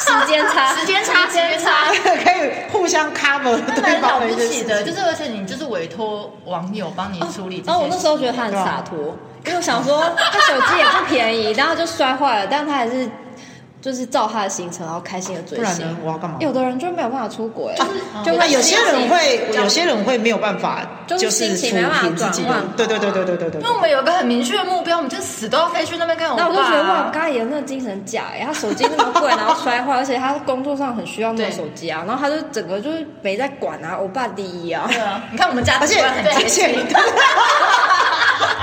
D: 时间
B: (laughs)
D: 差，
B: 时间差，时间差。
A: (laughs) 可以互相 cover
C: 那
A: 对
C: 蛮
A: 方
C: 了
A: 的一
C: 不
A: 件
C: 起
A: 事
C: 的，
A: 情
C: 就是而且你就是委托网友帮你处理这些事。
D: 哦然后我那时候觉得他很洒脱，因为我想说他手机也不便宜，然后就摔坏了，但他还是就是照他的行程，然后开心的追
A: 不然
D: 星
A: 呢。，我要干嘛？
D: 有的人就没有办法出国哎、
C: 哦啊
D: 就
A: 那有些人会，
B: 就是
A: 有些人会没有办法，
D: 就是
A: 是
D: 心情没办法
A: 抚平自己的
D: 转换
A: 对对对对对对对
C: 因为。我们有个很明确的目标，我们就死都要飞去那边看我爸。啊
D: 那我就觉得哇，咖喱的那个精神假哎、他手机那么贵，然后摔坏，而且他工作上很需要那个手机啊，然后他就整个就是没在管啊，欧巴第一啊，
C: 对啊，你看我们家
A: 而且
C: 主管很
A: 而
C: 贴
A: 且
C: 心。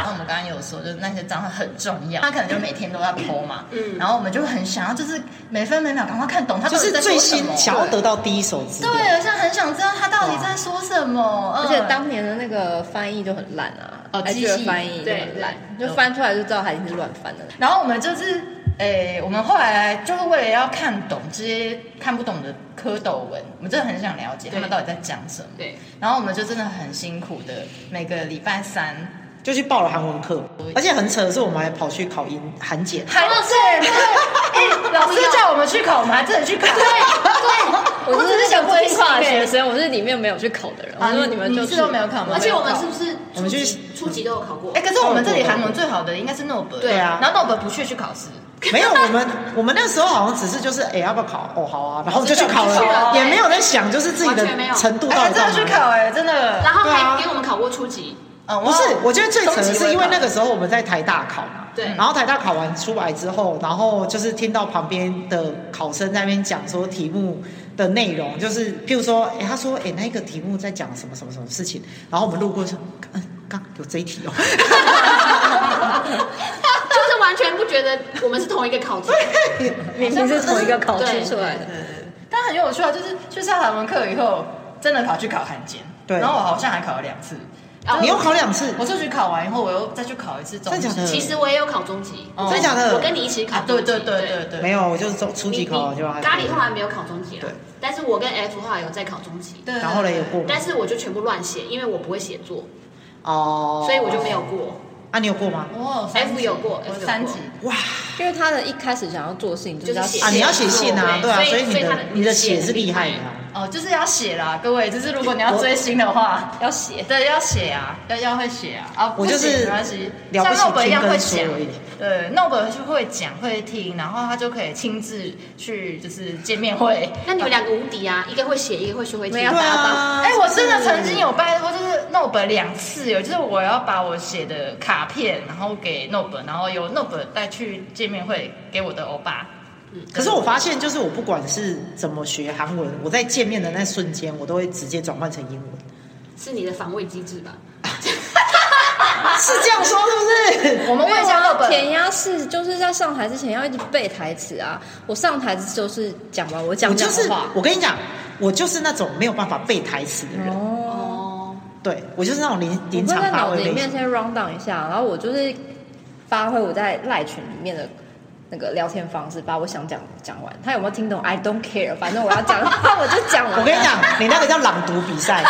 C: 那我们刚刚有说，就是那些账号很重要，他可能就每天都在 PO 嘛，嗯，然后我们就很想要，就是每分每秒赶快看懂他
A: (laughs) 就
C: 到底
A: 是
C: 在
A: 最
C: 说什
A: 新
C: 么。
A: 想要得到第一手资料。
C: 对，像很想知道他到底在说什么，嗯
D: 而且当年的那个翻译就很烂啊，
C: 哦
D: 还记得
C: 机器
D: 翻译就很烂，
C: 对对
D: 就翻出来就知道他已经是乱翻的了。
C: 然后我们就是，诶、我们后来就是为了要看懂这些看不懂的蝌蚪文，我们真的很想了解他们到底在讲什么。
B: 对，
C: 然后我们就真的很辛苦的，每个礼拜三
A: (laughs) 就去报了韩文课，而且很扯的是，我们还跑去考英韩检。
C: 还
D: 哦
C: 对对，哎，老师叫我们去考，我们还真的去考。 (laughs) 对，我
D: 我
C: 只
D: 是
C: 是想
D: 规
C: 追
D: 划
C: 星
D: 学
C: 欸啊
D: 生，我是里面没有去考的人，
A: 啊
D: 我说你们就
C: 一
D: 去
C: 次都没有考吗？
B: 而且我们是不是
A: 我们
B: 初
A: 去
B: 级初级都有考过
C: 哎、？可是我们这里韩文最好的应该是诺本，
A: 对啊
C: 然后诺本不去去考试，
A: 没有，我们我们那时候好像只是就是，哎、要不要考？哦，好啊，然后就去考
B: 就去
A: 了，
B: 了
A: 也没有在想就是自己的
B: 完全没有
A: 程度
C: 哎、
A: 到
C: 还
A: 底
C: 真
A: 到
C: 的去
A: 哪里。
C: 考、哎，真的，
B: 然后
A: 对啊
B: 还给我们考过初
A: (laughs)
B: 级，
C: 嗯，
A: 不是，我觉得最扯的
C: 终极
A: 是，
C: 会
A: 因为
C: 考
A: 那个时候我们在台大考嘛，
B: 对
A: 然后台大考完出来之后，然后就是听到旁边的考生在那边讲说题目的内容，就是譬如说，哎、他说，哎、那个题目在讲什么什么什么事情，然后我们路过说，嗯，刚有这一题哦，
B: 就是完全不觉得我们是同一个考题。
D: 明明是同一个考
B: 对
D: 试出来的。
C: 但很有趣啊，就是去上韩文课以后，真的跑去考汉检，
A: 对
C: 然后我好像还考了两次，
A: (laughs)
B: 啊
A: 你又考两次，
C: 我数学考完以后，我又再去考一次中
A: 真的假的
B: 其
C: 级，
B: 实我也有考中级，
C: 哦
A: 真的假的？
B: 我跟你一起考
C: 啊，
B: 中
C: 对
B: 级。
C: 对对对对，
A: 没有，我就是初初
B: 你
A: 级
B: 你
A: 考完就让他
B: 咖喱后来没有考中级了，
A: 对
B: 但是我跟 F 后来有在考中级，
C: 对，
A: 然后嘞有过吗？
B: 但是我就全部乱写，因为我不会写作，
A: 哦，
B: 所以我就没有。过。
A: 啊，你有过吗？
C: 我有三级
B: F 有过
C: 我
B: F 有
C: 三
B: 过
C: 级，
A: 哇
D: 因为他的一开始想要做的事情就是要
B: 就是
D: 写
B: 写
A: 啊，你要写信啊，
B: 对
A: 对啊，所
B: 所
A: 以
B: 以
A: 你
B: 所以他
A: 的
B: 的
A: 你的
B: 你
A: 血
B: 的血
A: 是厉害的
B: 厉害
A: 啊。
C: 哦，就是要写啦，各位，就是如果你要追星的话，
D: 要写，
C: 对，要写啊，要要会写啊，啊，
A: 我
C: 不
A: 就
C: 行
A: 是
C: 没关系，
A: 了不
C: 像
A: 起
C: 诺本一样
A: 听
C: 会
A: 跟说
C: 讲
A: 而已，
C: 对，诺本就会讲会听，然后他就可以亲自去就是见面会，
B: 那你们两个无敌啊，一个会写，一个会说会听
D: 没。有
A: 对啊，
C: 哎、我真的曾经有拜托，就是诺本两次有，就是我要把我写的卡片，然后给诺本，然后由诺本带去见面会给我的欧巴。
A: 可是我发现，就是我不管是怎么学韩文，我在见面的那瞬间，我都会直接转换成英文，
B: 是你的防卫机制吧？
D: 啊
A: 是这样说是不是？
C: 我们问一下
D: 要
B: 啊
C: 乐本，
D: 啊填鸭式就是在上台之前要一直背台词啊。我上台就是讲完我
A: 我
D: 讲
A: 就
D: 讲
A: 是
D: 话。
A: 我跟你讲，我就是那种没有办法背台词的人，
D: 哦，
B: 哦，
A: 对我就是那种临
D: 我
A: 临
D: 会
A: 场
D: 在
A: 发
D: 脑
A: 挥
D: 子里
A: 类
D: 面
A: 型。
D: 先 round down 一下，然后我就是发挥我在赖群里面的那个聊天方式，把我想讲讲完。他有没有听懂？I don't care，反正我要讲， (laughs) 那我就讲完。
A: 我跟你，讲，你那个叫朗读比
D: (laughs)
A: 赛，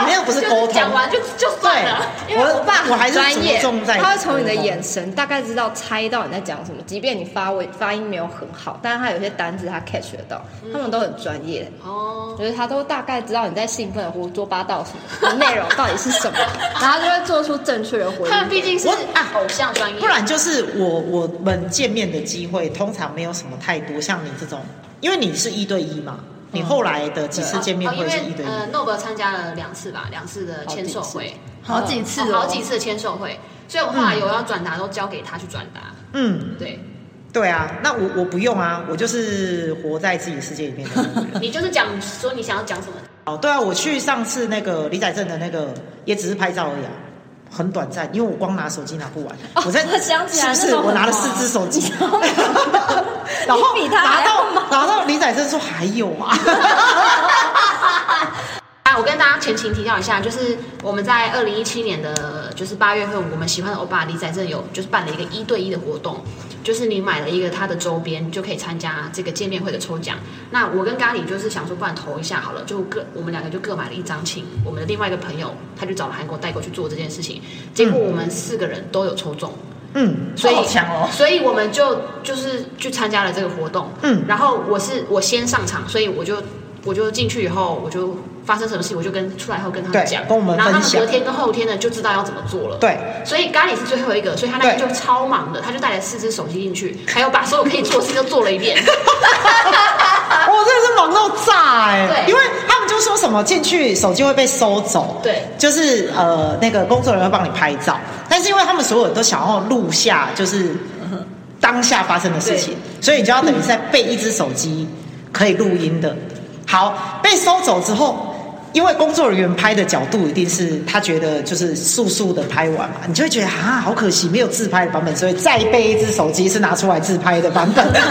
A: 你那个不是沟
B: 就
A: 通。
B: 讲完就就算了。
A: 对，
D: 因为我爸
A: 我还
D: 很
A: 是
D: 专业
A: 着重在，
D: 他会从你的
A: 沟通
D: 眼神大概知道猜到你在讲什么，即便你发尾发音没有很好，但是他有些单字他 catch 得到，他们都很专业。
B: 哦，
D: 就是他都大概知道你在兴奋、胡说八道什么的内容到底是什么，然后他就会做出正确的回
B: 他们
D: 应。
B: 毕竟是
A: 我啊
B: 偶像专业，
A: 不然就是我我们见面的机会通常没有什么太多，像你这种，因为你是一对一嘛，你后来的几次见面
B: 哦因
A: 会是一
B: 为
D: 嗯
A: 对一。
B: 呃，Noble 参加了两次吧，两次的签售会，
C: 好几次
B: 哦
C: 哦，
B: 好几次的签售会，所以我后来有要转达都交给他去转达。
A: 嗯，
B: 对
A: 对啊，那我我不用啊，我就是活在自己世界里面的那个人
B: 你就是讲说你想要讲什么，
A: 哦，对啊，我去上次那个李宰镇的那个，也只是拍照而已、啊。很短暂，因为我光拿手机拿不完。我在
D: 我哦 (laughs) 想起来
A: 是不
D: 那
A: 是
D: 种
A: 我拿了
D: 很
A: 四
D: 忙
A: 只手
D: (laughs)
A: 机？然
D: 然
A: 后
D: 后比他
A: 拿
D: 还要
A: 到
D: 忙。
A: 拿到李宰镇说还有啊。
B: 啊，我跟大家前情提要一下，就是我们在二零一七年的，就是八月份，我们喜欢的欧巴李仔正有就是办了一个一对一的活动，就是你买了一个他的周边，你就可以参加这个见面会的抽奖。那我跟咖喱就是想说，不然投一下好了，就各我们两个就各买了一张琴。我们的另外一个朋友他就找了韩国代购去做这件事情，结果我们四个人都有抽中。
A: 嗯
B: 所以
C: 好强哦
B: 所以我们就就是去参加了这个活动，
A: 嗯
B: 然后我是我先上场，所以我就我就进去以后，我就发生什么事，我就跟出来后跟他们
A: 对
B: 讲，
A: 跟我们
B: 然后他们
A: 分享
B: 隔天跟后天呢就知道要怎么做了，。
A: 对，
B: 所以咖喱是最后一个，所以他那天
A: 对
B: 就超忙的，他就带了四只手机进去，还有把所有可以做的事都做了
A: (laughs)
B: 一遍。
A: 我真的是忙到炸哎、
B: 对
A: 因为他们就说什么进去手机会被收走，
B: 对
A: 就是呃那个工作人员会帮你拍照，但是因为他们所有人都想要录下就是当下发生的事情，所以你就要等于在备一只手机可以录音的。好，被收走之后。因为工作人员拍的角度一定是他觉得就是速速的拍完嘛，你就会觉得啊，好可惜没有自拍的版本，所以再备一只手机是拿出来自拍的版本。 (laughs) 就是各式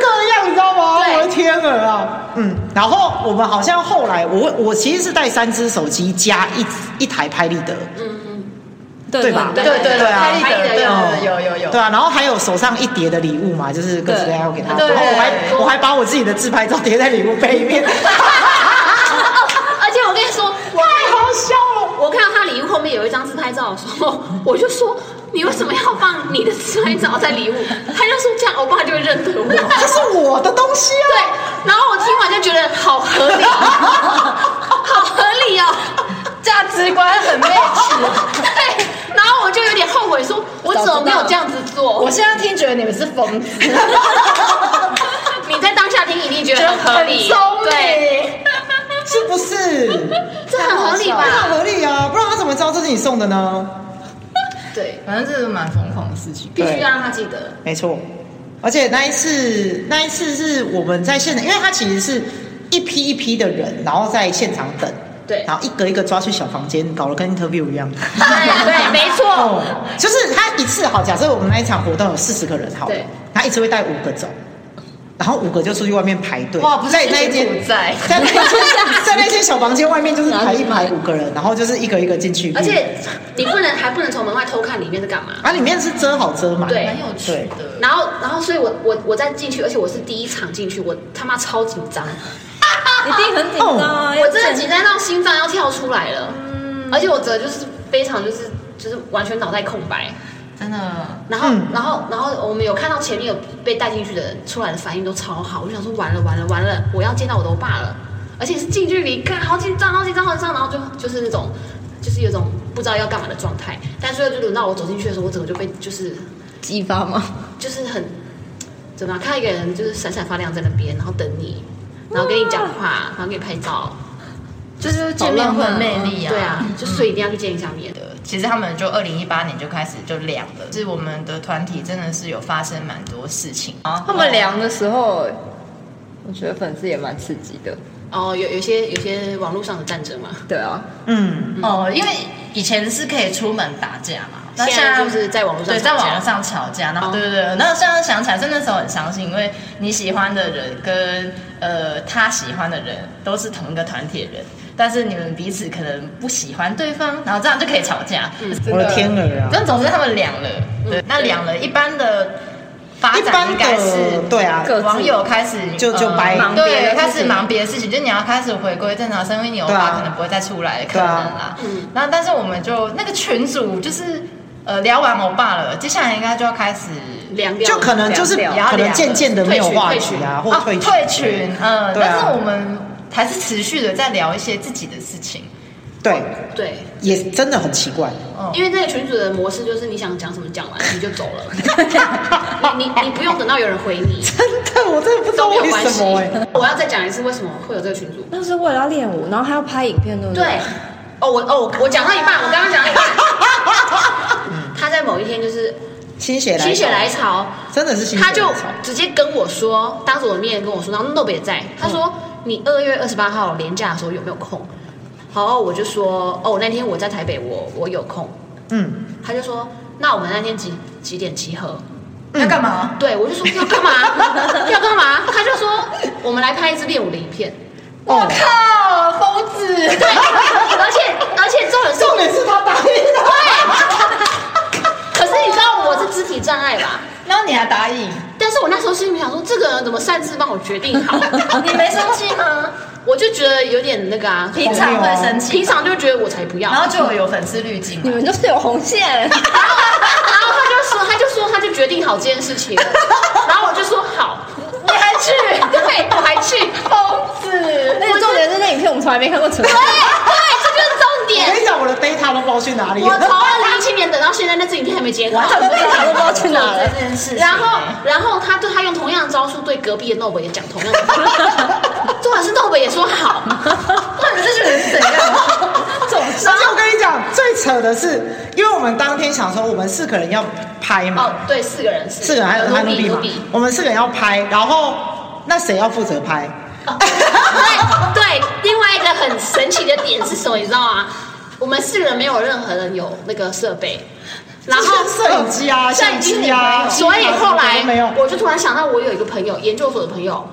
A: 各样，你知道吗？
B: 对
A: 我的天鹅啊！嗯，然后我们好像后来，我我其实是带三只手机加一一台拍立得，
D: 对
A: 对
D: 对
A: 吧
D: 吧？
A: 对
C: 对对
A: 对啊
C: 拍立得，对
A: 哦
C: 对有有有
A: 对。啊，然后还有手上一叠的礼物嘛，就是各式各样要给他，
C: 对
A: 然后我还
C: 对
A: 我还把我自己的自拍照贴在礼物背 (laughs) 面，
B: 而且我跟你说，
A: 太好笑了。
B: 我看到他礼物后面有一张自拍照的时候，我就说你为什么要放你的自拍照在礼物？他就说这样欧巴就会认得我。
A: 这是我的东西啊！
B: 对，然后我听完就觉得好合理，啊 (laughs) 好合理哦，
C: 价值观很 match。
B: 对，然后我就有点后悔，说我怎么没有这样子做
C: 我？现在听觉得你们是疯
D: (laughs)
C: 子，
B: (laughs) 你在当下听一定觉
C: 觉得
B: 得很合理，
C: 聪
B: 对，
C: 明。
A: 是不是？
B: 这很合理
A: 这很
B: 吧？
A: 合理啊，不然他怎么知道这是你送的呢？
B: 对，
C: 反正这是蛮疯狂的事情。
B: 必须要让他记得。
A: 没错，而且那一次，那一次是我们在现场，因为他其实是一批一批的人，然后在现场等，
B: 对
A: 然后一个一个抓去小房间，搞得跟 interview 一
C: (laughs)
A: 样。
B: 对对，没错，
A: 哦，就是他一次好，假设我们那一场活动有四十个人，好了
B: 对，
A: 他一次会带五个走，然后五个就出去外面排队。
C: 哇，不是
A: 在那一间
C: 柬。
A: (laughs)
C: 埔寨，
A: 在那间
C: (laughs)
A: 在那间小房间外面，就是排一排五个人，然后就是一个一个进去。
B: (laughs) 而且你不能还不能从门外偷看里面在干嘛。
A: 啊，里面是遮好遮满，
B: 对
C: 蛮有趣的。
B: 然后，然后，所以我我我再进去，而且我是第一场进去，我他妈超紧张，
D: 一定很紧张啊！
B: 哦我真的紧张到心脏要跳出来了，而且我真的就是非常就是就是完全脑袋空白，
C: 真的，
B: 然后、
A: 嗯
B: 然后然后我们有看到前面有被带进去的人出来的反应都超好，我就想说完了完了完了，我要见到我的欧巴了，而且是近距离看，好紧张好紧张好紧张，然后就就是那种就是有种不知道要干嘛的状态，但最后就轮到我走进去的时候，我整个就被就是
D: 激发吗？
B: 就是很怎么样看到一个人就是闪闪发亮在那边，然后等你，然后跟你讲话，然后给你拍照，
C: 就是见面会的魅力啊。
B: 对啊，就所以一定要去见一下面。
C: 的其实他们就二零一八年就开始就凉了，是我们的团体真的是有发生蛮多事情啊。
D: 他们凉的时候，我觉得粉丝也蛮刺激的。
B: 哦，有有些有些网络上的战争嘛，
D: 对啊，
A: 嗯，
C: 哦，因为以前是可以出门打架嘛，那
B: 现在就是在网络上
C: 对，
B: 吵
C: 在
B: 架
C: 网络上吵架，然后
B: 哦
C: 对对对，那现在想起来，真的时候很伤心，因为你喜欢的人跟呃他喜欢的人都是同一个团体的人，但是你们彼此可能不喜欢对方，然后这样就可以吵架。真
A: 我的天儿啊！
C: 但总之他们凉了，对，那凉了，一般的发
A: 一
C: 展
A: 般
C: 应该是
A: 的对啊，
D: 各自
C: 网友开始呃
A: 就就掰
C: 忙
D: 忙别
C: 对，
D: 的
C: 开
D: 事
C: 始
D: 情
C: 忙别的事情，就你要开始回归正常生活，因为你有
A: 对
C: 话
A: 啊
C: 可能不会再出来，可
A: 对
C: 能
A: 啊
C: 啦。然后但是我们就那个群主就是呃聊完欧巴了，接下来应该就要开始
B: 凉掉了
A: 就可能就是
D: 聊聊
A: 可能渐渐的没有话
B: 退
A: 题
B: 群
A: 啊，或
C: 啊
A: 退
C: 退群，嗯、
A: 对啊
C: 但是我们还是持续的在聊一些自己的事情，
A: 对，
B: 对，
A: 也真的很奇
B: (laughs)
A: 怪。
C: 嗯
B: 因为这个群主的模式就是你想讲什么讲
C: (laughs)
B: 完你就走了，你你你不用等到有人回
A: (laughs)
B: 你，
A: 真的，我真的不知道
B: 都没有
A: 为
B: 关
A: 什
B: 系
A: 么哎、。
B: 我要再讲一次为什么会有这个群主。
D: 那是为了要练舞，然后还要拍影片，对不
B: 对，哦我哦我我讲到一半，我刚刚讲到
A: (laughs)
B: 一半，他在某一天就是
A: 欸心血来
B: 心血来潮，
A: 真的是心血
B: 他
A: 来潮
B: 就直接跟我说，当着我的面跟我说，然后 Nob 也在，他说、
A: 嗯
B: 你二月二十八号连假的时候有没有空？然后我就说哦，那天我在台北我，我有空。
A: 嗯，
B: 他就说那我们那天几几点集合？
C: 要干嘛？
B: 对我就说要干嘛？ (laughs) 要干嘛？他就说我们来拍一支练舞的影片。
C: 我、
A: 哦，
C: 靠，疯子！ (laughs)
B: 对，而且而且重点是
A: 重点是他答应的，
B: 可是你知道我是肢体障碍吧？
C: 然后你还答应，
B: 但是我那时候心里想说，这个人怎么擅自帮我决定好？ (laughs)
C: 你没生气吗？
B: 我就觉得有点那个啊，
C: 平常会生气
B: 平，常就觉得我才不 (laughs) 要。
C: 然
B: 然后
C: 后就有粉丝滤镜嘛
D: 你。们就是有
C: (laughs)
D: 红线，
B: 他就说，他就说他就决定好这件事情了。然后我就说好，
C: 你还去
B: 对，我还去。
C: 疯子！
D: 而且重点是那影片我们从来没看过成品
B: 对，对，这就是重
A: 我
B: 点
A: 跟。你讲，我的 data 都不知道去哪里
B: 我从
A: 了。
B: 二零一七年等到现在，那支影片还没截好
D: 完。全不知道，都不知道去哪了。
C: 这件事情
B: 然后，然后他对他用同样的招数对隔壁的 Nob 也讲同样的话， (laughs) 重点是 Nob 也说好，
C: 到底这群人是怎样？
D: 总
A: 而且我跟你讲，最扯的是，因为我们当天想说，我们四个人要拍嘛，
B: 哦，对，四个人，
A: 四个人还有
B: 卢
A: 他努
B: 比，
A: 力
B: 卢
A: 嘛
B: 比，，
A: 我们四个人要拍，然后那谁要负责拍？
B: 哦对对，另外一个很神奇的点是什么？你知道吗？我们四个人没有任何人有那个设备，然后
A: 就是摄影机啊
B: 摄影
A: 相机啊
B: 所以后
A: 什么
B: 来
A: 都没有
B: 我就突然想到，我有一个朋友，研究所的朋友，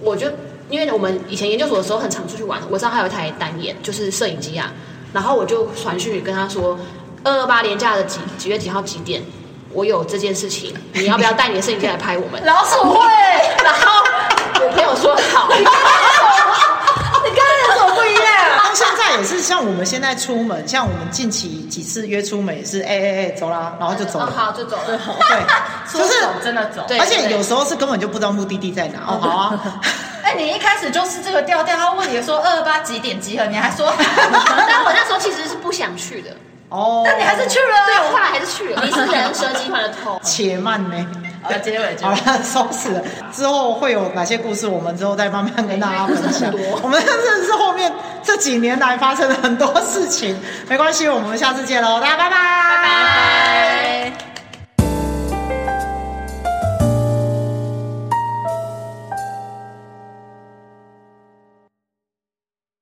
B: 我就因为我们以前研究所的时候很常出去玩，我知道他有一台单眼，就是摄影机啊，然后我就传讯跟他说，二二八年假的几几月几号几点，我有这件事情，你要不要带你的摄影机来拍我们？ (laughs)
C: 老鼠会，
B: 然后我朋友说好。
C: 你跟那种不一样。
A: 像现在也是，像我们现在出门，像我们近期几次约出门也是，哎哎哎，走啦，然后就走
B: 哦
A: 了。
B: 好，就走了。
A: 对，就
C: 说
A: 是
C: 走真的走。
B: 对
A: 而且有时候是根本就不知道目的地在哪。哦，好啊，
C: 哎，你一开始就是这个调调，他问你说二二八几点集合，你还说，
B: (laughs)
C: (laughs)
B: 但我那时候其实是不想去的，
A: (laughs) 哦，
C: 那你还是去
B: 对我后
C: 了。
B: 来还是去了。你是人蛇集团的头，
A: 且慢呢。
C: 好，结尾结
A: 好
C: 尾
A: 了。， (laughs) 收拾了。之后会有哪些故事，我们之后再慢慢跟大家分享
B: 因为故事很多。
A: 我们真的是后面这几年来发生了很多事情，没关系，我们下次见喽，大家拜拜，拜
B: 拜。